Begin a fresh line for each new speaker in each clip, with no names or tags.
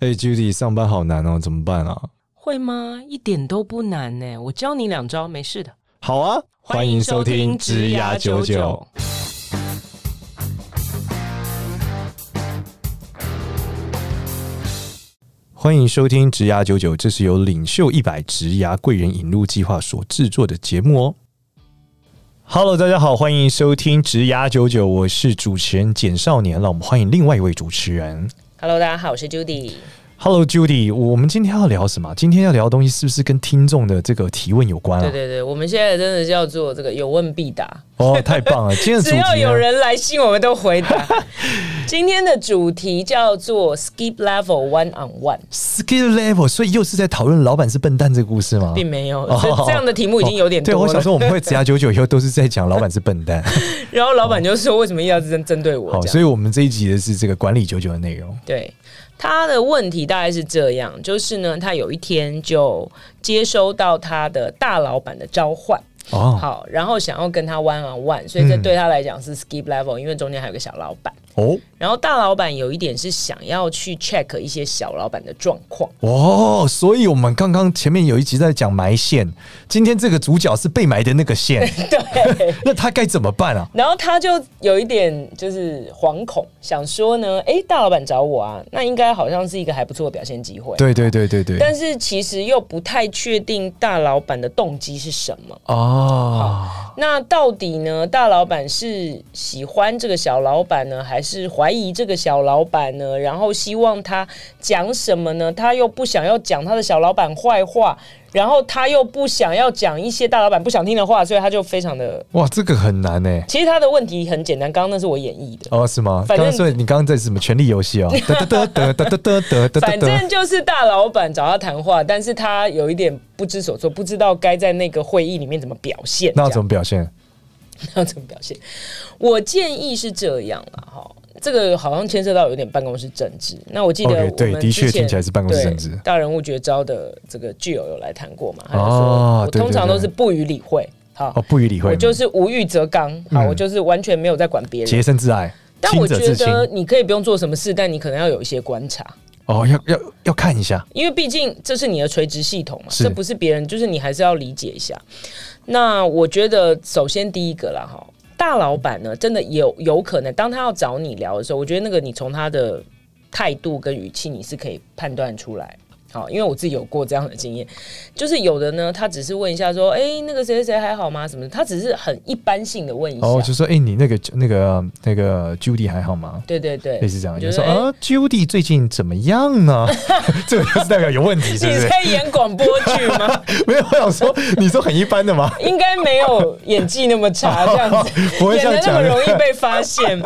哎、j u d y 上班好难哦，怎么办啊？
会吗？一点都不难呢、我教你两招，没事的。
好啊，欢迎收听《职涯九九》。欢迎收听《职涯九九》，这是由领袖一百职涯贵人引入计划所制作的节目哦。Hello，大家好，欢迎收听《职涯九九》，我是主持人简少年。让我们欢迎另外一位主持人
Hello，大家好，我是 Judy。
Hello Judy。我们今天要聊什么？今天要聊的东西是不是跟听众的这个提问有关
对
啊？
对对，我们现在真的叫做这个有问必答，
哦，太棒了！今天的主 题
只要
呢
有人来信，我们都回答。 今天的主题叫做 Skip Level One on One，
skill level，所以又是在讨论老板是笨蛋这个故事吗？
并没有，
哦
这这样的题目已经有点
对，
多
我
了
想。说我们会只牙九九以后都是在讲老板是笨蛋，
然后老板就说：“为什么要针针对我？”
好，
这样
所以我们这一集的是这个管理九九的内容。
对，他的问题大概是这样，就是呢，他有一天就接收到他的大老板的召唤，
哦嗯
好，然后想要跟他 one on one，所以这对他来讲是 skip level，、因为中间还有个小老板。
哦
然后大老板有一点是想要去 check 一些小老板的状况，
哦，所以我们刚刚前面有一集在讲埋线，今天这个主角是被埋的那个线，
对。
那他该怎么办啊？
然后他就有一点就是惶恐，想说呢，诶，大老板找我啊，那应该好像是一个还不错的表现机会。
对对对对对，
但是其实又不太确定大老板的动机是什么。
哦，
那到底呢？大老板是喜欢这个小老板呢，还是怀疑这个小老板呢？然后希望他讲什么呢？他又不想要讲他的小老板坏话，然后他又不想要讲一些大老板不想听的话，所以他就非常的……
哇，这个很难呢。
其实他的问题很简单，刚刚那是我演 绎的。
哦，是吗？
反
刚刚
正
所以你刚刚在什么权力游戏哦？得得得得得得得得
反
得得
正就是大老板找他谈话，但是他有一点不知所措，不知道该在那个会议里面怎么表现。
那要
这样
怎么表现？
要怎么表现？我建议是这样啦，哈，这个好像牵涉到有点办公室政治。那我记得
OK，
我
对
们
的
之
确
前
听起来是办公室政治
对大人物绝招的这个剧友有来谈过嘛？他就
哦
说，我
对对
通常
对
都是不予理会，好
哦，，不予理会嗯
我
吗，
就是无欲则刚，好，我就是完全没有在管别人
洁。身自爱，
但
清
我
者
觉
自清。
得你可以不用做什么事，但你可能要有一些观察，
哦，要要要看一下，
因为毕竟这是你的垂直系统嘛，
是
这不是别人，就是你还是要理解一下。那我觉得首先第一个啦，哈，大老板呢，真的有有可能，当他要找你聊的时候，我觉得那个你从他的态度跟语气，你是可以判断出来。好，因为我自己有过这样的经验，就是有的呢，他只是问一下说，哎、那个谁谁谁还好吗？什么的？他只是很一般性的问一下。
哦，就说哎、你那个那个那个 Judy 还好吗？
对对对，
类似这样，
就
就是说
说，哎
啊，Judy 最近怎么样呢？ 这个就是代表有问题，是不
你
是？
在演广播剧吗？
没有，我想说，你说很一般的吗？
应该没有演技那么差，这样子
哦不会
演
这
的
样
那么
讲
容
的。
易被 发现。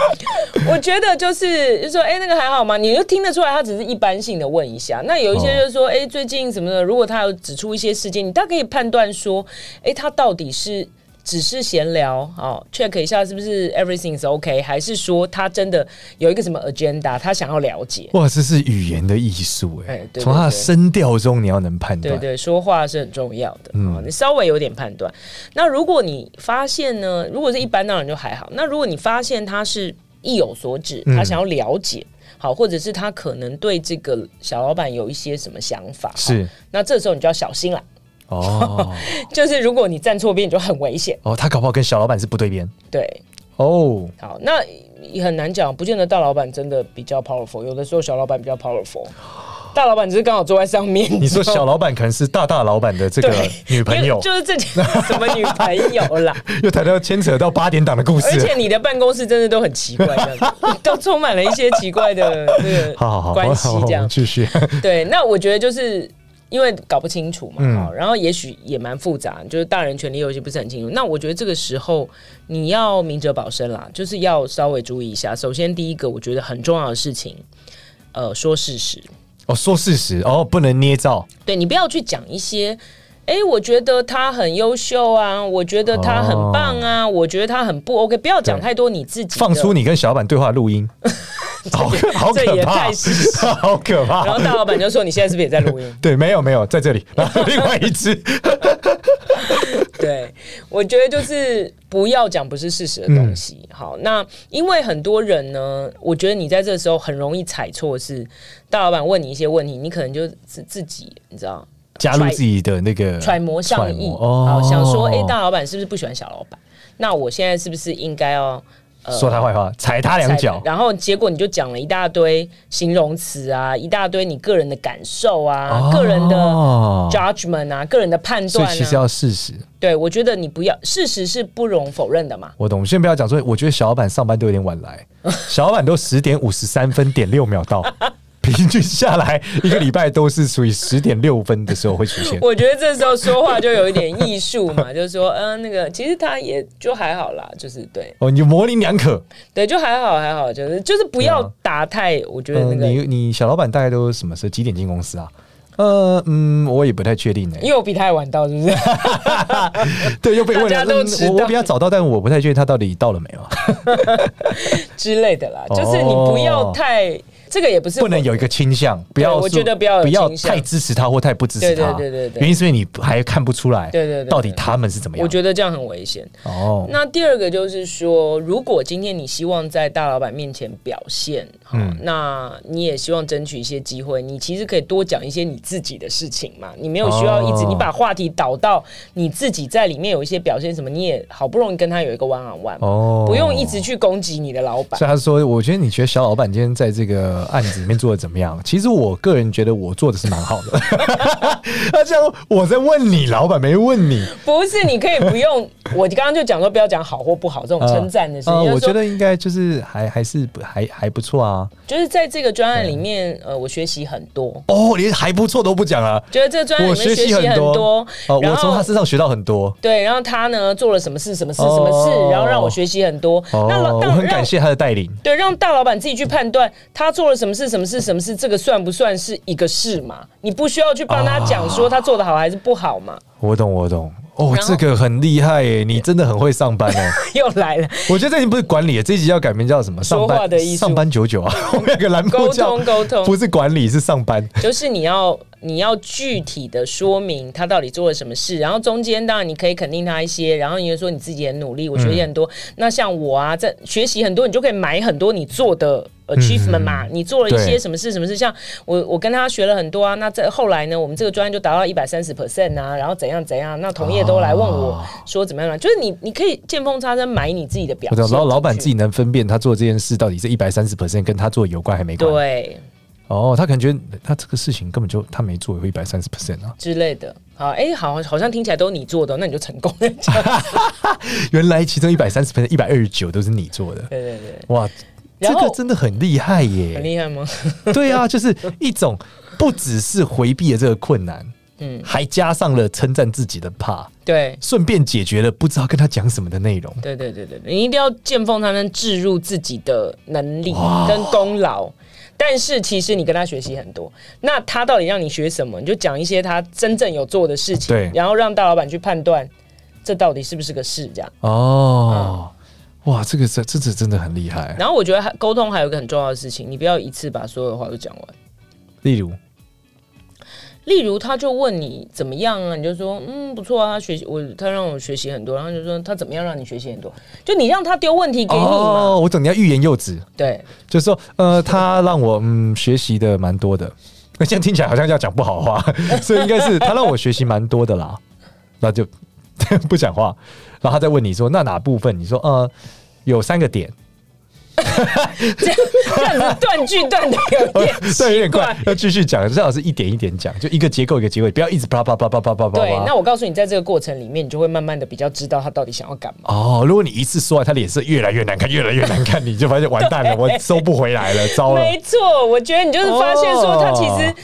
我觉得就是就说，哎、那个还好吗？你就听得出来，他只是一般性的问一下。那有一些就是
哦
说，哎、最近什么的，如果他有指出一些事件，你大概可以判断说，哎、他到底是。只是闲聊，哦，check 一下是不是 everything is OK，还是说他真的有一个什么 agenda，他想要了解？
哇，这是语言的艺术
哎
哎，
对
从他的
对对
声调中你要能判
对
断。
对，说话是很重要的。嗯、你稍微有点判断。那如果你发现呢，如果是一般当然就还好。那如果你发现他是意有所指，
嗯
他想要了解。好，或者是他可能对这个小老板有一些什么想法，
是
好那这时候你就要小心了。
哦
就是如果你站错边，你就很危险。
哦，他搞不好跟小老板是不对边
对，
哦。
好，那也很难讲，不见得大老板真的比较 powerful，有的时候小老板比较 powerful，大老板只是刚好坐在上面。
你说
知道吗
小老板可能是大大老板的这个
对
女朋友
就，就是这什么女朋友啦？
又谈到牵扯到八点档的故
而
事。
且你的办公室真的都很奇怪，这样 子都充满了一些奇怪的这个
好好好，
关系
我
这
我
样
们。继续。
对，那我觉得就是。因为搞不清楚嘛，
嗯
好然后也许也蛮复杂，就是大人权利游戏不是很清楚。那我觉得这个时候你要明哲保身啦，就是要稍微注意一下。首先，第一个我觉得很重要的事情，呃，说事实，
哦，说事实哦，不能捏造。
对你不要去讲一些，哎、我觉得他很优秀啊，我觉得他很棒啊，我觉得他很不 OK，不要讲
哦对
太多你自己的
放出你跟小老板对话的录 音，好可好
这
可
也
怕
太事实，
好可
然后
怕。
大老板就说：“你现在是不是也在录音
对，没有没有，在这里，然后另外一只，？”
对，我觉得就是不要讲不是事实的东西。
嗯
好，那因为很多人呢，我觉得你在这时候很容易踩错是，大老板问你一些问题，你可能就自自己你知道
加入自己的那个
揣摩上
揣
意，
摩哦
好，想说，哎、大老板是不是不喜欢小老板？那我现在是不是应该要呃
说他坏话，踩他两脚，
然后结果你就讲了一大堆形容词啊，一大堆你个人的感受啊，
哦
个人的 judgment 啊，个人的判
所
断
以其实
啊。
要事实。
对，我觉得你不要，事实是不容否认的嘛。
我懂，先不要讲说，我觉得小老板上班都有点晚 来，小老板都十点五十三分点六秒到，平均下来一个礼拜都是属于十点六分的时候会出现。
我觉得这时候说话就有一点艺术嘛， 就是说，嗯、那个其实他也就还好啦，就是对
哦，你模棱两可。
对，就还好还好，就是就是不要
对啊
打太，我觉得那
嗯，
个，
你你小老板大概都什么时候几点进公司啊？呃嗯，我也不太确定呢、
因为我比他还晚到，是不 是？
对，又被问
大家
了，
都
嗯
迟
我我
到
比较早到，但我不太确定他到底到了没有啊，
之类的啦，就是你不要太，这个也不是
哦不能有一个倾向，不要
对我
说
觉得不要有
不要
倾向
太支持他或太不支持他。
对对对对对
原因是因为你还看不出来，
对对对对
到底他们是怎么样。
我觉得这样很危险。
得哦，
那第二个就是说，如果今天你希望在大老板面前表现，好，
嗯
那你也希望争取一些机会，你其实可以多讲一些你自己的事情嘛。你没有需要一直
哦
你把话题导到你自己在里面有一些表现什么，你也好不容易跟他有一个 one on one，、
哦
不用一直去攻击你的老板。
所以他说：“我觉得你觉得小老板今天在这个案子里面做的怎么样？其实我个人觉得我做的是蛮好的。 他这样我在问你，老板没问你。
不是，你可以不用。我刚刚就讲说，不要讲好或不好这种称赞的事
啊
情。就是
我
说
觉得应该就是还还是不还还不错啊。
就是在这个专案里面，
嗯
呃，我学习很多。
哦，连还不错都不讲了。
觉得这个专案
我
里面
学
学习
习
很
很
多
多，哦，
然
我从
后
他身上学到很多。
对，然后他呢做了什么事，什么事，
哦
什么事，然后让我学习很多。那
哦，
老
我
让
很感
让
谢他的带领。
对让大老板自己去判断他做了什么事，什么事，什么事，这个算不算是一个事嘛？你不需要去帮他讲说他做的好还是不好嘛？
我懂，我懂。哦，
然
这
后
个很厉害耶！你真的很会上班 哦。
又来了，
我觉得这已经不是管理了，这一集要改名叫什么？
说
上
话
班
的艺术
上班九九啊， 我们有个栏目
沟
叫
通沟通
不，是管理，是上班。
就是你要你要具体的说明他到底做了什么事，然后中间当然你可以肯定他一些，然后你就说你自己很努力，我
嗯
学习很多。那像我啊，在学习很多，你就可以买很多你做的 achievement 嘛，你做了一些
嗯对
什么事什么事，像我我跟他学了很多啊。那在后来呢，我们这个专业就达到一百三十 percent 啊，然后怎样怎样，那同业都来问我
哦
说怎么样了，就是你你可以见缝插针买你自己的表
我知
现
道
进去，
老老板自己能分辨他做这件事到底是一百三十 percent 跟他做有关还没关。
对。
哦，他感觉他这个事情根本就他没做有一百三十 percent 啊，
之类的，好，哎、好，好像听起来都你做的，那你就成功了。
原来其中一百三十 percent 一百二十九都是你做的，
对对对，
哇，
然
这
后
个真的很厉害耶！
很厉害吗？
对啊，就是一种不只是回避了这个困难，嗯
嗯，
还加上了称赞自己的怕，
对，
顺便解决了不知道跟他讲什么的内容。
对对对对，你一定要见缝插针，置入自己的能力跟功劳。但是其实你跟他学习很多，那他到底让你学什么？你就讲一些他真正有做的事情，
对
然后让大老板去判断这到底是不是个事，这样。
哦，哇，这个这这这真的很厉害。
然后我觉得还沟通还有一个很重要的事情，你不要一次把所有的话都讲完。
例如，
例如，他就问你怎么样啊，你就说嗯不错啊，他学习我他让我学习很多，然后就说他怎么样让你学习很多，就你让他丢问题给你嘛，
哦，我懂，你要欲言又止，
对，
就是说，呃，他让我嗯学习的蛮多的。 那现在听起来好像要讲不好话， 所以应该是他让我学习蛮多的啦。那就 不讲话，然后他再问你说那哪部分？你说呃有三个点，
这样这样子断句断的有 点
对，有点
怪
怪，要继续讲，最好是一点一点讲，就一个结构一个结尾，不要一直叭叭叭叭叭叭叭叭。
对，那我告诉你，在这个过程里面，你就会慢慢的比较知道他到底想要干嘛。
哦，如果你一次说完，他脸色越来越难看，越来越难看，你就发现完蛋 了，我收不回来了，糟了。
没错，我觉得你就是发现说他其
哦
实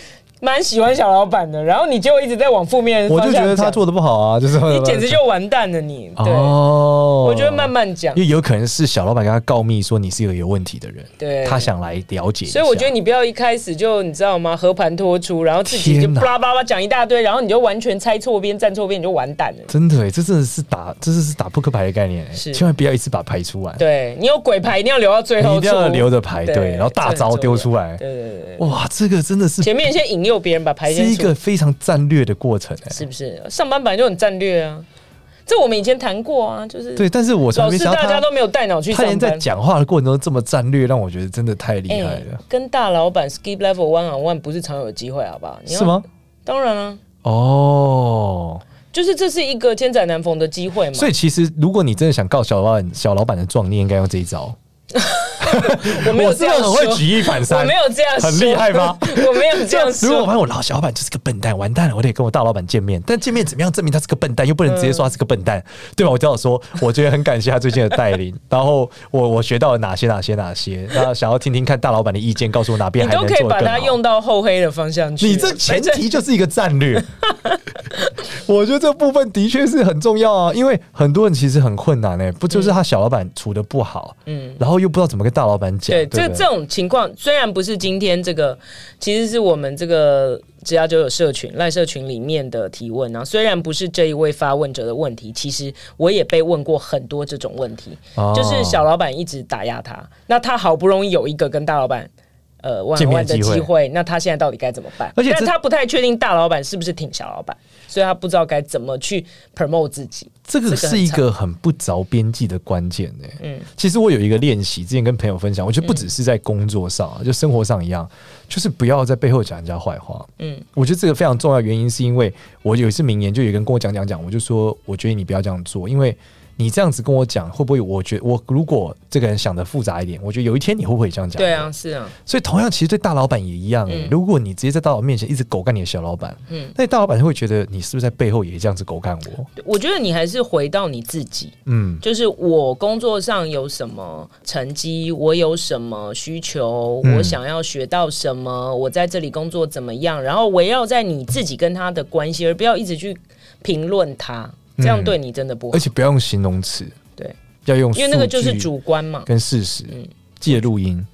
蛮喜欢小老板的，然后你就一直在往负面的
我
方
就
向
觉得他
讲
做的不好啊，就是
你简直就完蛋了你，对，
哦，
我觉得慢慢讲
因，为有可能是小老板跟他告密说你是一个有问题的人，
对
他想来了解一下，
所以我觉得你不要一开始就你知道吗？和盘托出，然后自己就
天哪
巴拉巴拉讲一大堆，然后你就完全猜错边站错边，你就完蛋了。
真的哎，这真的是打，这是是打扑克牌的概念欸，
是
千万不要一次把牌出来，
对你有鬼牌，一定要留到最
你
后，
一定要留着牌，对，然后大招丢出
来。
来，
对对对对，
哇，这个真的 是
前面先引诱别人把牌
是
先
一
出来
个非常战略的过程哎，
是不是？上班本来就很战略啊，这我们以前谈过啊，就是
对，但是我从
老
没
是
想到
大家
他
都没有带脑去
他
上
连在
班。
讲话的过程中这么战略，让我觉得真的太厉
哎
害了，
跟大老板 skip level one on one 不是常有的机会，好不好？你要
是？吗？
当然了、啊
哦，
就是这是一个千载难逢的机会嘛。
所以其实如果你真的想告小老板小老板的状，你应该用这一招。
我没有
我
这
真
样
的很
说，
会举一反
我
三
没，有这样说，
很厉害吧？
我没 有这样
如果我
说。
发现我老小老板就是个笨蛋，完蛋了，我得跟我大老板见面。但见面怎么样证明他是个笨蛋？又不能直接说他是个笨 蛋，对吧？我只好说，我觉得很感谢他最近的带领，然后我我学到了哪些哪些哪些，然后想要听听看大老板的意见，告诉我哪
你
边还
都
能
可以
做得
把
更
它
好。
用到厚黑的方向去。啊
你这前提就是一个战略。 我觉得这部分的确是很重要啊，因为很多人其实很困难哎、不就是他小老板处的不好，
嗯
嗯，然后又不知道怎么跟大老板讲，
对，
对，
这
不
这种情况虽然不是今天这个，其实是我们这个只要就有社群赖社群里面的提问啊。虽然不是这一位发问者的问题，其实我也被问过很多这种问题，
哦
就是小老板一直打压他，那他好不容易有一个跟大老板。呃，万
见面
万的
机会
机会，那他现在到底该怎么办？
而且
但
这
他不太确定大老板是不是挺小老板，所以他不知道该怎么去 promote 自己。
这个
这个很
是一个很不着边际的关键呢、嗯，其实我有一个练习，之前跟朋友分享，我觉得不只是在工作上啊，就生活上一样，就是不要在背后讲人家坏话。
嗯
嗯，我觉得这个非常重要，原因是因为我有一次名言，就有一个人跟我讲讲讲，我就说，我觉得你不要这样做，因为你这样子跟我讲，会不会？我觉我如果这个人想的复杂一点，我觉得有一天你会不会也这样讲？
对啊，，是啊，
所以同样，其实对大老板也一样、欸。如果你直接在大老板面前一直狗干你的小老板，
嗯
嗯，那你大老板会觉得你是不是在背后也这样子狗干我？
我觉得你还是回到你自己，
嗯。
就是我工作上有什么成绩，我有什么需求，
嗯
我想要学到什么，我在这里工作怎么样，然后围绕在你自己跟他的关系，而不要一直去评论他，
嗯
这样对你真的不好
而，且不要用形容词，
对，
要用
因为那个
数
就是
据
主嗯观嘛。
跟事实。记得录音，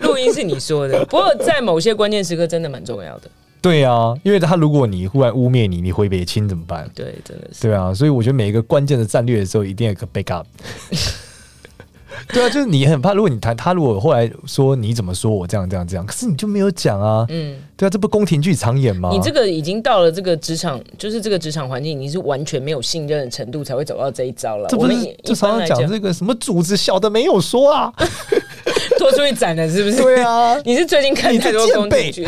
录音是你说 的，不过在某些关键时刻真的蛮重要的，
对啊，因为他如果你忽然污蔑你，你回北京怎么办？
对，真的是。
对啊，所以我觉得每一个关键的战略的时候，一定有一个 backup。对啊，就是你很怕，如果你谈他，如果后来说你怎么说我这样这样这样，可是你就没有讲啊。
嗯，
对啊，这不宫廷剧常演吗？
你这个已经到了这个职场，就是这个职场环境，你是完全没有信任的程度才会走到这一招了。
这
我
不
们
是
一
就
一般
常常
来讲
讲，这个什么主子小的没有说啊？
拖出去斩了，是不是？
对啊，
你是最近看太多宫廷剧？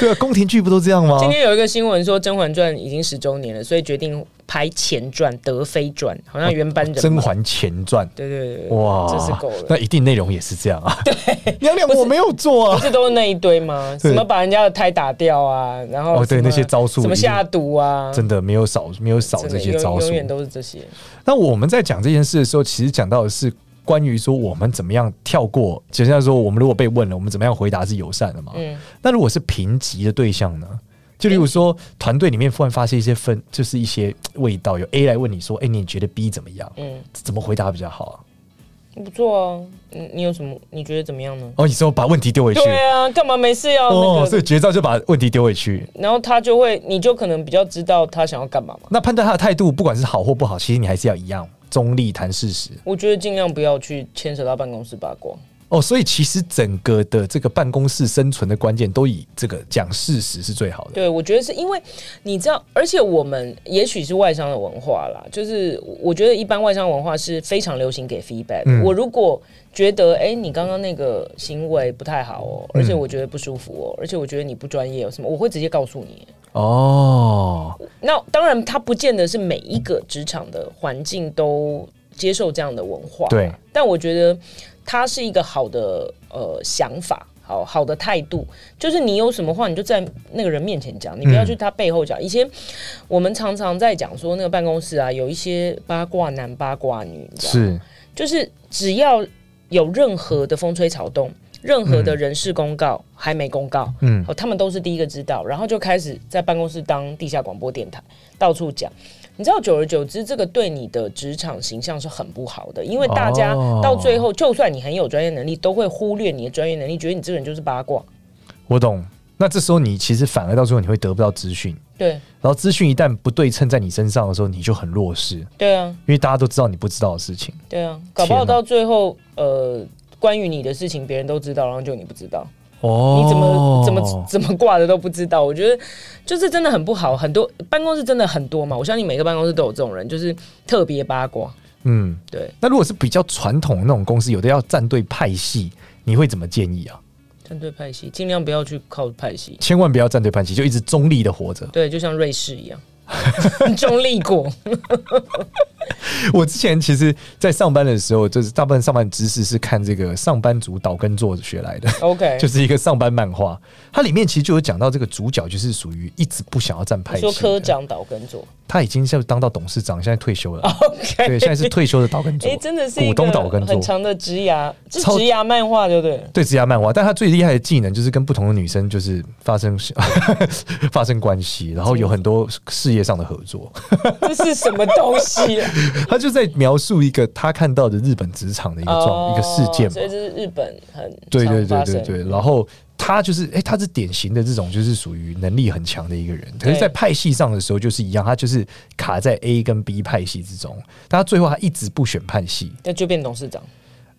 对啊，宫廷剧不都这样吗？
今天有一个新闻说《甄嬛传》已经十周年了，所以决定拍前传《德妃传》，好像原班人
《
马。
甄嬛前传》
对对对，哇
哇，，
真是够了。
那一定内容也是这样啊。对， 娘娘我没有做
不
啊。
是都是那一堆吗？什
对
么把人家的胎打掉啊，然后
哦对
什么
那些招数
什么
一定
下毒啊，
真的没有少，没有少
真
这
的
些
永
招数
永。远都是这些。
那我们在讲这件事的时候，其实讲到的是关于说我们怎么样跳过，就像说我们如果被问了，我们怎么样回答是友善的嘛？
嗯，
那如果是评级的对象呢？就例如说，团队里面忽然发现一些分，就是一些味道，有 A 来问你说：“哎、你觉得 B 怎么样？
嗯
怎么回答比较好啊
不错啊。嗯，你有什么？你觉得怎么样呢？”？
哦，你说把问题丢回去，
对啊，干嘛没事要
哦，
那
所
个？
以绝招就把问题丢回去。
然后他就会，你就可能比较知道他想要干嘛嘛。
那判断他的态度，不管是好或不好，其实你还是要一样中立谈事实
我觉得尽量不要去牵扯到办公室八卦。
哦。所以其实整个的这个办公室生存的关键，都以这个讲事实是最好的。
对，我觉得是因为你知道，而且我们也许是外商的文化啦，就是我觉得一般外商文化是非常流行给 feedback 的。
嗯
我如果觉得哎、诶你刚刚那个行为不太好哦，而且我觉得不舒服哦，而且我觉得你不专业哦什么，我会直接告诉你。
哦，
那当然，它不见得是每一个职场的环境都接受这样的文化，
对。
但我觉得它是一个好的呃想法，好好的态度，就是你有什么话你就在那个人面前讲，你不要
嗯
去他背后讲。以前我们常常在讲说，那个办公室啊，有一些八卦男、八卦女，你知道
是
吗，就是只要有任何的风吹草动。任何的人事公告、还没公告，
嗯
哦，他们都是第一个知道，然后就开始在办公室当地下广播电台到处讲。你知道，久而久之，这个对你的职场形象是很不好的，因为大家
哦
到最后，就算你很有专业能力，都会忽略你的专业能力，觉得你这个人就是八卦。
我懂。那这时候你其实反而到最后你会得不到资讯，
对，
然后资讯一旦不对称在你身上的时候，你就很弱势，因
对啊，
为大家都知道你不知道的事情。
对啊，搞不好
天哪
到最后，呃，关于你的事情别人都知道，然后就你不知道。
哦，
你怎么怎么怎么挂的都不知道。我觉得就是真的很不好，很多办公室真的很多嘛，我相信每个办公室都有这种人，就是特别八卦。
嗯？
对，
那如果是比较传统的那种公司，有的要站队派系，你会怎么建议啊？
站队派系尽量不要去靠派系。
千万不要站队派系，就一直中立的活着。
对，就像瑞士一样， 中立国。
我之前其实，在上班的时候，就是大部分上班知识是看这个上班族岛根作学来的。
OK，
就是一个上班漫画，它里面其实就有讲到这个主角就是属于一直不想要站派
你
系的
说科长岛根座。
他已经是当到董事长，现在退 休了。
OK，
对，现在是退休的岛根
哎、
座，
真的是一
股
个
东岛根
很
座。
长的职涯，这
超
职涯漫画，对不对了？
对职业漫画，但他最厉害的技能就是跟不同的女生就是发生 发生关系，然后有很多事业上的合作。
这是什么东西、啊？
他就在描述一个他看到的日本职场 的一个状、
哦
一个事件
所以这
嘛。
是日本很
对对
常
对
发
对
生
对，然后他就是哎、他是典型的这种就是属于能力很强的一个人，可是，
对
在派系上的时候就是一样，他就是卡在 A 跟 B 派系之中，但他最后他一直不选派系，
那就变董事长。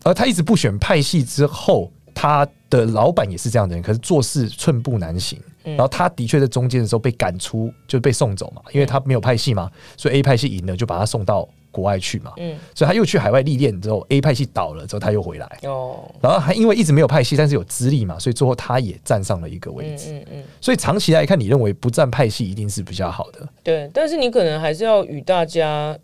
而他一直不选派系之后，他的老板也是这样的人，可是做事寸步难行。
嗯
然后他的确在中间的时候被赶出，就被送走嘛，因为他没有派系嘛，所以 A 派系赢了就把他送到国外去嘛。
嗯，
所以他又去海外历练之后，A 派系倒了之后他又回来，
哦，
然后还因为一直没有派系，但是有资历嘛，所以最后他也站上了一个位
嗯
置。
嗯嗯，
所以长期来看，你认为不站派系一定是比较好的？
对。但是你可能还是要与大家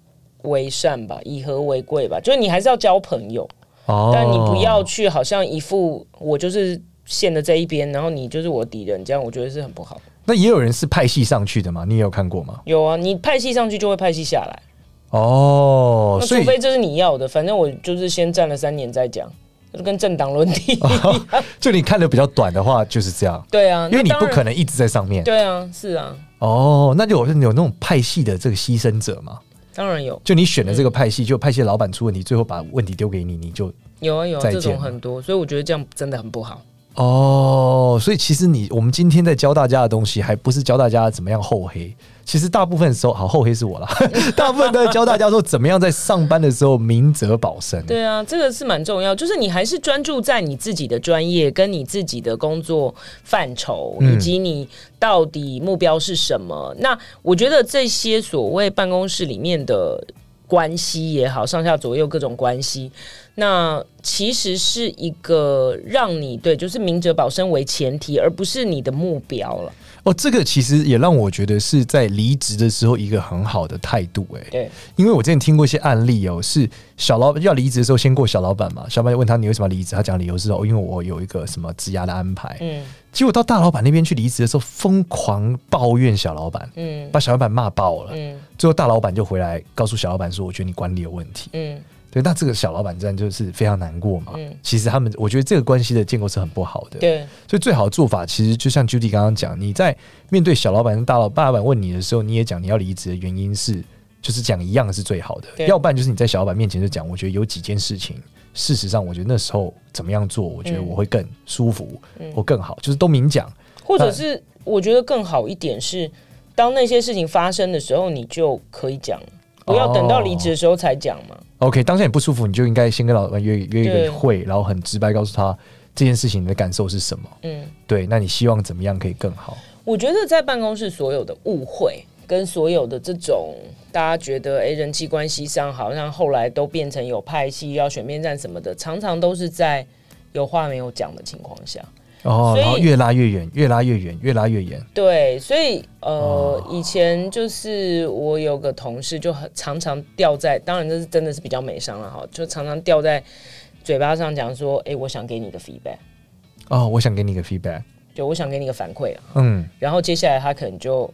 为善吧，以和为贵吧，就是你还是要交朋友，
哦
但你不要去好像一副我就是线的这一边，然后你就是我敌人，这样我觉得是很不好。
那也有人是派系上去的嘛，你也有看过吗？
有啊，你派系上去就会派系下来。
哦，
那
所
除
以
非这是你要的，反正我就是先站了三年再讲，就跟政党轮替。
哦 就你看的比较短的话就是这样。
对啊，
因为你
那当
不
然
可能一直在上面。
对啊，是啊，
哦，那就有有那种派系的这个牺牲者嘛？
当然有，
就你选了
嗯
这个派系，就派系的老板出问题，最后把问题丢给你，你就
有啊有啊，
再见
这种很多，所以我觉得这样真的很不好。
哦。所以其实你我们今天在教大家的东西，还不是教大家怎么样厚黑。其实大部分时候，好厚黑是我 啦，大部分都在教大家说怎么样在上班的时候明哲保身。
对啊，这个是蛮重要，就是你还是专注在你自己的专业跟你自己的工作范畴，
嗯
以及你到底目标是什么。那我觉得这些所谓办公室里面的关系也好，上下左右各种关系，那其实是一个让你对，就是明哲保身为前提，而不是你的目标了。
哦，这个其实也让我觉得是在离职的时候一个很好的态度、欸。
对，
因为我之前听过一些案例哦，是小老要离职的时候，先过小老板嘛，小老板问他你为什么要离职，他讲理由是哦，因为我有一个什么职涯的安排。
嗯
结果到大老板那边去离职的时候，疯狂抱怨小老板，
嗯
把小老板骂爆了。
嗯
最后大老板就回来告诉小老板说：“我觉得你管理有问题。
嗯，”
对，那这个小老板这样就是非常难过嘛。
嗯
其实他们，我觉得这个关系的建构是很不好的。
对，
所以最好的做法，其实就像 Judy 刚刚讲，你在面对小老板跟大老大老板问你的时候，你也讲你要离职的原因是，就是讲一样是最好的。
对
要不然就是你在小老板面前就讲，我觉得有几件事情，事实上我觉得那时候怎么样做，我觉得我会更舒服，
嗯
我更好，就是都明讲。
或者是我觉得更好一点是，当那些事情发生的时候，你就可以讲，不要等到离职的时候才讲嘛。
OK，当下你不舒服，你就应该先跟老板约约一
对
个会，然后很直白告诉他这件事情你的感受是什么。
嗯，
对，那你希望怎么样可以更好？
我觉得在办公室所有的误会跟所有的这种。大家觉得，诶人际关系上好像后来都变成有派系、要选边站什么的，常常都是在有话没有讲的情况下。
哦，
所以
然后越拉越远，越拉越远，越拉越远。
对，所以呃，
哦
以前就是我有个同事就很常常掉在，当然这是真的是比较美商了哈，就常常掉在嘴巴上讲说，哎、我想给你个 feedback，
哦，我想给你个 feedback。
就我想给你个反馈啊，
嗯，
然后接下来他可能就。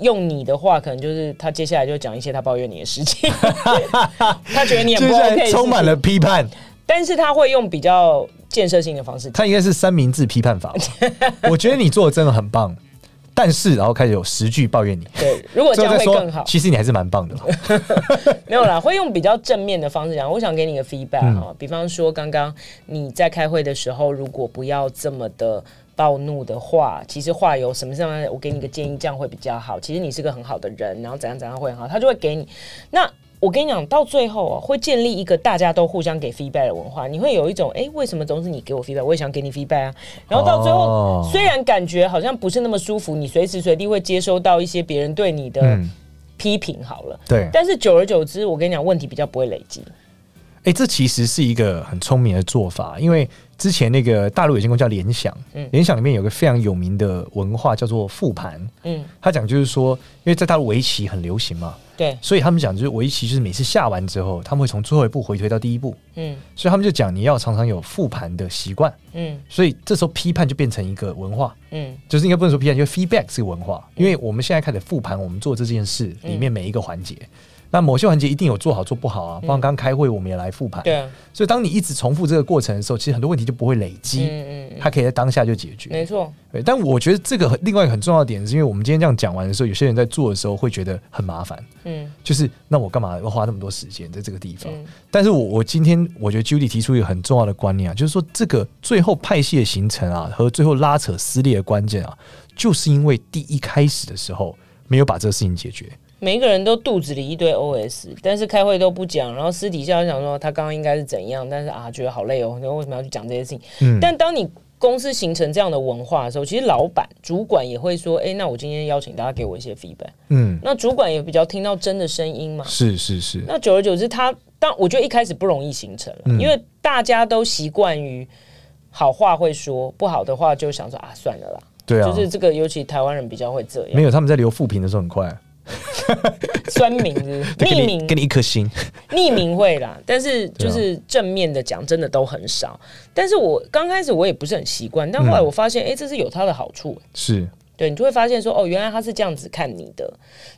用你的话，可能就是他接下来就讲一些他抱怨你的 事情，他觉得你很
接
不
下
OK，的
来
事
充满
情
了，批判，
但是他会用比较建设性的方式讲，
它应该是三明治批判法 吧。我觉得你做的真的很棒，但是然后开始有十句抱怨你，
对，如果这
最后再
样会
说
更好，。
其实你还是蛮棒的。
没有啦，会用比较正面的方式讲。我想给你个 feedback
嗯
哈、比方说刚刚你在开会的时候，如果不要这么的暴怒的话，其实话有什么什么，我给你个建议，这样会比较好。其实你是个很好的人，然后怎样怎样会很好，他就会给你。那我跟你讲，到最后哦，会建立一个大家都互相给 feedback 的文化。你会有一种，哎、为什么总是你给我 feedback，我也想给你 feedback 啊？然后到最后，
哦
虽然感觉好像不是那么舒服，你随时随地会接收到一些别人对你的
嗯，
批评，好了。
对，
但是久而久之，我跟你讲，问题比较不会累积。
哎、这其实是一个很聪明的做法，因为之前那个大陆有间公司叫联想，
嗯
联想里面有个非常有名的文化叫做复盘，
嗯，
他讲就是说，因为在大陆围棋很流行嘛，
对，
所以他们讲就是围棋就是每次下完之后，他们会从最后一步回推到第一步，
嗯
所以他们就讲你要常常有复盘的习惯，
嗯
所以这时候批判就变成一个文化，
嗯
就是应该不能说批判，就是 feedback 是个文化，因为我们现在开始复盘我们做这件事里
嗯
面每一个环节。那某些环节一定有做好做不好啊，包括刚刚开会我们也来复盘，
嗯对啊，
所以当你一直重复这个过程的时候，其实很多问题就不会累积，
嗯嗯嗯，
它可以在当下就解决。
没错，
对，但我觉得这个很另外一个很重要的点，是因为我们今天这样讲完的时候，有些人在做的时候会觉得很麻烦，
嗯
就是那我干嘛要花那么多时间在这个地方？
嗯
但是我我今天我觉得 Judy 提出一个很重要的观念啊，就是说这个最后派系的形成啊，和最后拉扯撕裂的关键啊，就是因为第一开始的时候没有把这个事情解决。
每一个人都肚子里一堆 OS，但是开会都不讲，然后私底下想说他刚刚应该是怎样，但是啊觉得好累哦，那为什么要去讲这些事情？
嗯，
但当你公司形成这样的文化的时候，其实老板、主管也会说：“哎、那我今天邀请大家给我一些 feedback。
嗯”，
那主管也比较听到真的声音嘛。
是是是，
那久而久之他，当我觉得一开始不容易形成了，
嗯
因为大家都习惯于好话会说，不好的话就想说啊，算了啦。
对啊，
就是这个，尤其台湾人比较会这样
没，有他们在留负评的时候很快，
酸民是 不是
给
匿
你
名
给你一颗星。
匿名会 啦，但是
对啊
就是正面的讲，真的都很少。但是我刚开始我也不是很习惯，但后
嗯
来我发现，哎、这是有它的好处、
是，
对你就会发现说，哦，原来他是这样子看你的。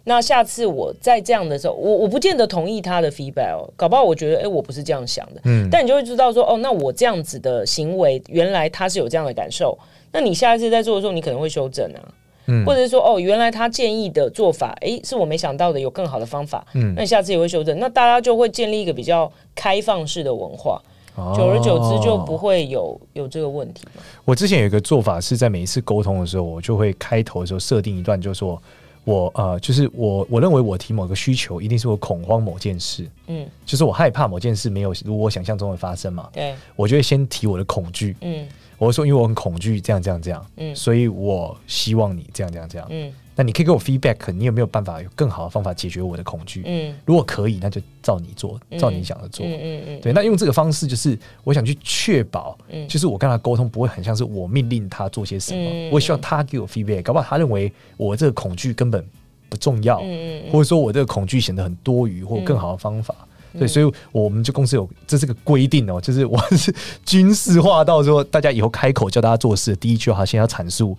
那下次我在这样的时候，我我不见得同意他的 feedback 哦，搞不好我觉得，哎，我不是这样想的。
嗯，
但你就会知道说，哦，那我这样子的行为，原来他是有这样的感受。那你下一次在做的时候，你可能会修正啊，
嗯
或者是说，哦，原来他建议的做法，哎，是我没想到的，有更好的方法。
嗯
那你下次也会修正，那大家就会建立一个比较开放式的文化，久而久之就不
哦
会有有这个问题嘛。
我之前有一个做法是在每一次沟通的时候，我就会开头的时候设定一段，就说我呃，就是我我认为我提某个需求，一定是我恐慌某件事，
嗯，
就是我害怕某件事没有如我想象中的发生嘛，
对，
我就会先提我的恐惧，
嗯
我会说因为我很恐惧这样这样这样，
嗯
所以我希望你这样这样这样，
嗯
那你可以给我 feedback，你有没有办法有更好的方法解决我的恐惧？
嗯
如果可以，那就照你做，照你想的做。
嗯嗯嗯，
对，那用这个方式就是我想去确保，
嗯
就是我跟他沟通不会很像是我命令他做些什么，
嗯
我也希望他给我 feedback，搞不好他认为我这个恐惧根本不重要，
嗯嗯嗯
或者说我这个恐惧显得很多余，或有更好的方法。
嗯
对，所以我们这公司有这是个规定哦，就是我是军事化到说，大家以后开口叫大家做事，第一句话先要阐述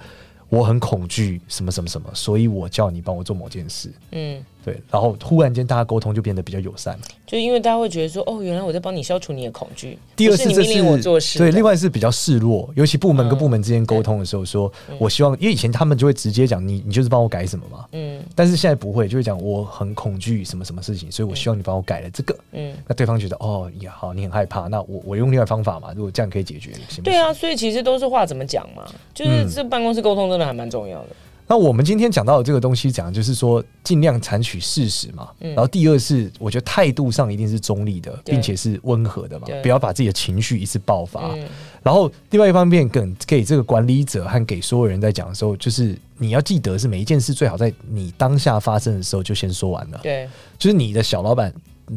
我很恐惧什么什么什么，所以我叫你帮我做某件事。
嗯，
对，然后忽然间大家沟通就变得比较友善。
就因为大家会觉得说，哦，原来我在帮你消除你的恐惧，
第二
不
次
是你
这
命
是
令我做事的，嗯
对，另外是比较示弱，尤其部门跟部门之间沟通的时候说，我希望，因为以前他们就会直接讲你，你就是帮我改什么嘛，
嗯
但是现在不会，就会讲我很恐惧什么什么事情，所以我希望你帮我改了这个。
嗯。
那对方觉得哦，也好，你很害怕，那我我用另外方法嘛，如果这样可以解决，行不
对
行？
啊，所以其实都是话怎么讲嘛，
嗯
就是这办公室沟通真的还蛮重要的。
那我们今天讲到的这个东西，讲的就是说尽量采取事实嘛，然后第二是我觉得态度上一定是中立的，
嗯对
并且是温和的嘛
对，
不要把自己的情绪一次爆发。
嗯
然后另外一方面，跟给这个管理者和给所有人在讲的时候，就是你要记得是每一件事最好在你当下发生的时候就先说完了。
对，
就是你的小老板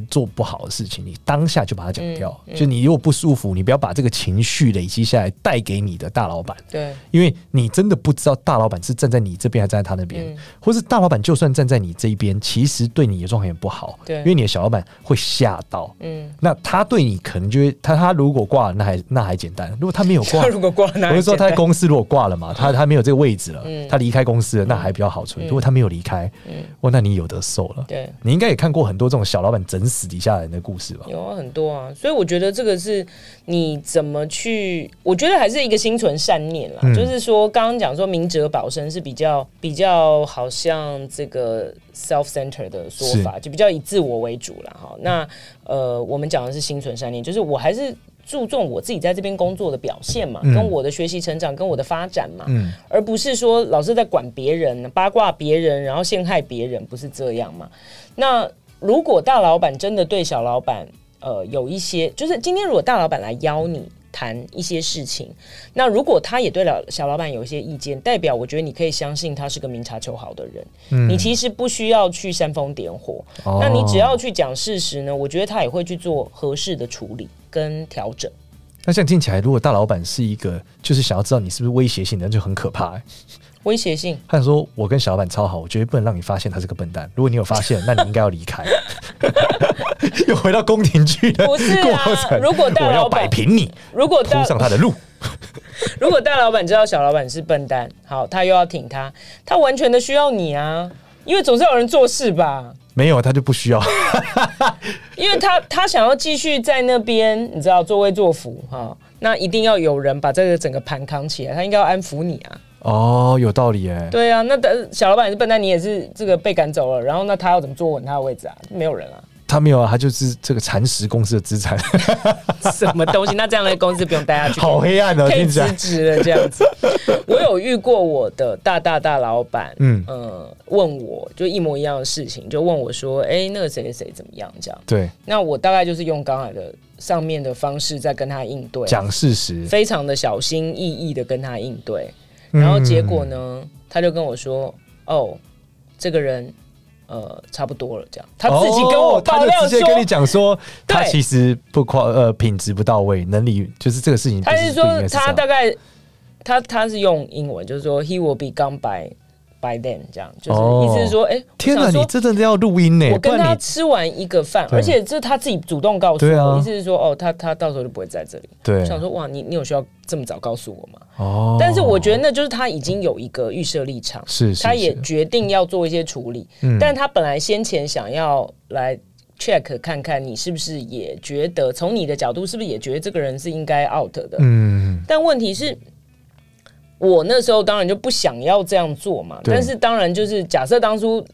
做不好的事情，你当下就把它讲掉。
嗯嗯
就你如果不舒服，你不要把这个情绪累积下来带给你的大老板，
对，
因为你真的不知道大老板是站在你这边还是站在他那边，
嗯
或是大老板就算站在你这一边，其实对你的状况也不好，
对
因为你的小老板会吓到。
嗯。
那他对你可能就会，他他如果挂了，那还那还简单；如果他没有挂
他， 如果挂那，
我是说他在公司如果挂了嘛，他他没有这个位置了，
嗯
他离开公司了，那还比较好处理。如果他没有离开，
嗯
哇，那你有得受了。
对
你应该也看过很多这种小老板整死底下人的故事吧？
有啊，很多啊，所以我觉得这个是你怎么去，我觉得还是一个心存善念啦。
嗯
就是说，刚刚讲说明哲保身是比较比较好像这个 self center 的说法，就比较以自我为主啦。哈。那呃，我们讲的是心存善念，就是我还是。注重我自己在这边工作的表现嘛，
嗯
跟我的学习成长，跟我的发展嘛，
嗯
而不是说老是在管别人、八卦别人，然后陷害别人，不是这样嘛？那如果大老板真的对小老板，呃，有一些，就是今天如果大老板来邀你谈一些事情，那如果他也对了小老板有一些意见，代表我觉得你可以相信他是个明察秋毫的人，你其实不需要去煽风点火，
嗯哦
那你只要去讲事实呢，我觉得他也会去做合适的处理跟调整。
那这样听起来，如果大老板是一个就是想要知道你是不是威胁性的，那就很可怕、欸。
威胁性，
他想说：“我跟小老板超好，我绝对不能让你发现他是个笨蛋。如果你有发现，那你应该要离 开。” 又回到宫廷剧的
不是啊
过程。
如果大
我
老
要
板
摆平你，
如果
铺
大
上他的路，
如果大老板知道小老板是笨蛋，好，他又要挺他，他完全的需要你啊，因为总是有人做事吧。
没有他就不需 要。
因为他他想要继续在那边，你知道作威作福哈、那一定要有人把这个整个盘扛起来，他应该要安抚你啊。
哦，有道理哎。
对啊，那等小老板也是笨蛋，你也是这个被赶走了，然后那他要怎么坐稳他的位置啊？没有人啊，
他没有啊，他就是这个蚕食公司的资 产，
什么东西？那这样的公司不用待下去，
好黑暗哦、
可 以
听起
辞
来。
职了这样子。我有遇过我的大大大老板，
嗯
嗯呃，问我就一模一样的事情，就问我说，哎、那个谁谁谁怎么样这样？
对，
那我大概就是用刚才的上面的方式在跟他应对啊，
讲事实。
非常的小心翼翼的跟他应对，然
嗯
后结果呢，他就跟我说：“哦，这个人呃差不多了。”这样，他自己跟我
哦他
爆
就
料
直
说，
接跟你讲说，
对
他其实不夸呃品质不到位，能力就是这个事情不，
他是
不应
说
该
他
这样
大概他他是用英文，就是说 “he will be gone by by then”，这样就是
哦
意思是说，哎、
天
哪，
哪，你真的要录音呢？
我
不
跟
然
他
你
吃完一个饭，
对
而且这是他自己主动告诉
对
我，
啊
意思是说，哦，他他到时候就不会在这里。我
对啊
想说，哇，你你有需要这么早告诉我吗？
哦，
但是我觉得那就是他已经有一个预设立场，
是是
他也
是
决定要做一些处理，
嗯
但他本来先前想要来 check 看看你是不是也觉得，从你的角度是不是也觉得这个人是应该 out 的？
嗯，
但问题是。我那时候当然就不想要这样做嘛，
对
但是当然就是假设当初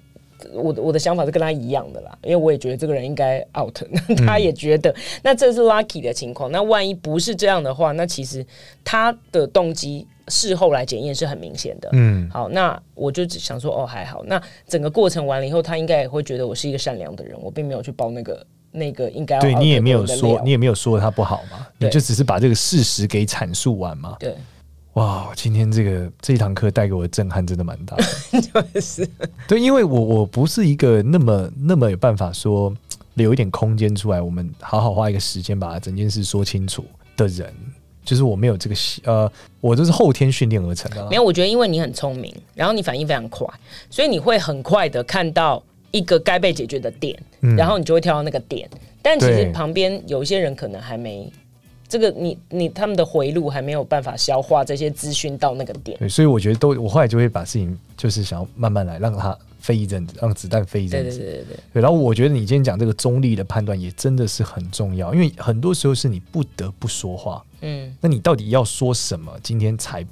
我的我的想法是跟他一样的啦，因为我也觉得这个人应该 out，那他也觉得，那这是 lucky 的情况。那万一不是这样的话，那其实他的动机事后来检验是很明显的。
嗯，
好，那我就只想说，哦，还好。那整个过程完了以后，他应该也会觉得我是一个善良的人，我并没有去包那个那个应该要
对
out
你也没有
的人的
说
料
你也没有说他不好嘛，你
对
就只是把这个事实给阐述完嘛。
对，
哇，今天这个这一堂课带给我的震撼真的蛮大的。
就是
对，因为我我不是一个那么那么有办法说留一点空间出来，我们好好花一个时间把整件事说清楚的人，就是我没有这个习呃，我都是后天训练而成的啦
没。有，我觉得因为你很聪明，然后你反应非常快，所以你会很快的看到一个该被解决的点，然后你就会跳到那个点。但其实
嗯对
旁边有一些人可能还没这个你，你他们的回路还没有办法消化这些资讯到那个点。
对，所以我觉得都我后来就会把事情就是想要慢慢来，让它飞一阵子，让子弹飞一
对
阵
对
子。
对对对，
对，然后我觉得你今天讲这个中立的判断也真的是很重要，因为很多时候是你不得不说话，
嗯，
那你到底要说什么？今天才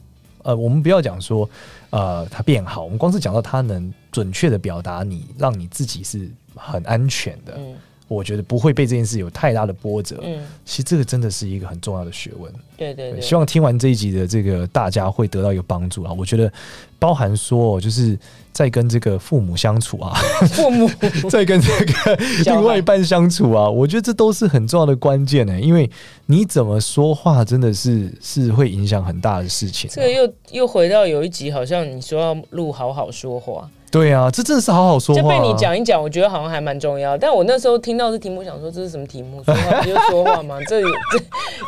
呃，我们不要讲说呃，他变好，我们光是讲到他能准确的表达你，让你自己是很安全的，
嗯
我觉得不会被这件事有太大的波折。
嗯
其实这个真的是一个很重要的学问。
对对
对
对，
希望听完这一集的这个大家会得到一个帮助啊！我觉得包含说哦，就是在跟这个父母相处啊，
父母
在跟这个
小孩
另外一半相处啊，我觉得这都是很重要的关键呢、欸因为你怎么说话，真的是是会影响很大的事情、
这个
啊。
又又回到有一集，好像你说要录好好说话，
对啊，这真的是好好说
就
话、啊。
被你讲一讲，我觉得好像还蛮重要。但我那时候听到这题目，想说这是什么 题目？说话不就说话吗？这这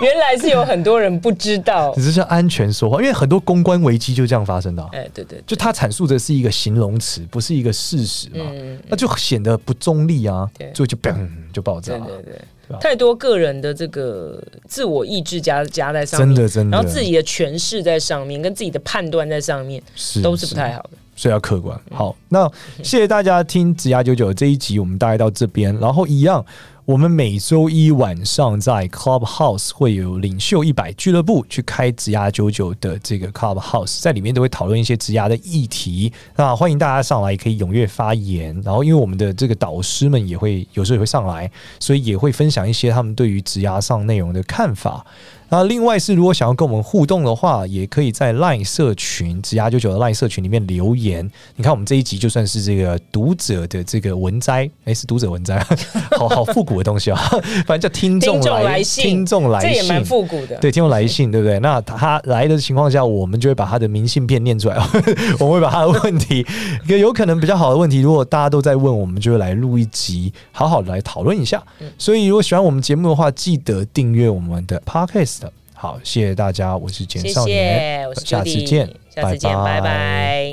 原来是有很多人不知 道
只。是像安全说话，因为很多公关危机就这样发生的啊、
哎，对对，对
就它阐述的是一个形容词，不是一个事实嘛，
嗯，
那就显得不中立啊
对，
所以就砰就爆炸啊
对
了，
对对
对吧，
太多个人的这个自我意志加加在上
真
面，
的真的。
然后自己的诠释在上面，跟自己的判断在上面，
是
都是不太好的。
所以要客观。好，那谢谢大家听《子牙九九》这一集，我们大概到这边。然后一样，我们每周一晚上在 Clubhouse 会有领袖一百俱乐部去开职涯九九的这个 Clubhouse，在里面都会讨论一些职涯的议题。那欢迎大家上来，也可以踊跃发言。然后，因为我们的这个导师们也会有时候也会上来，所以也会分享一些他们对于职涯上内容的看法。那另外是，如果想要跟我们互动的话，也可以在 LINE 社群“职涯九九”的 LINE 社群里面留言。你看，我们这一集就算是这个读者的这个文摘，诶，是读者文摘，啊 好好复古的东西啊、反正叫听众
听众
来
来信
听众来
这
信，
也蛮复古的。
对，听众来信，对不对？那他来的情况下，我们就会把他的明信片念出来， 我们会把他的问题，一个有可能比较好的问题，如果大家都在问，我们就会来录一集，好好的来讨论一下。
嗯
所以，如果喜欢我们节目的话，记得订阅我们的 podcast。好，谢谢大家，我是简
谢
少年，
谢，我是
下
j
次见，
下次见，
拜
拜拜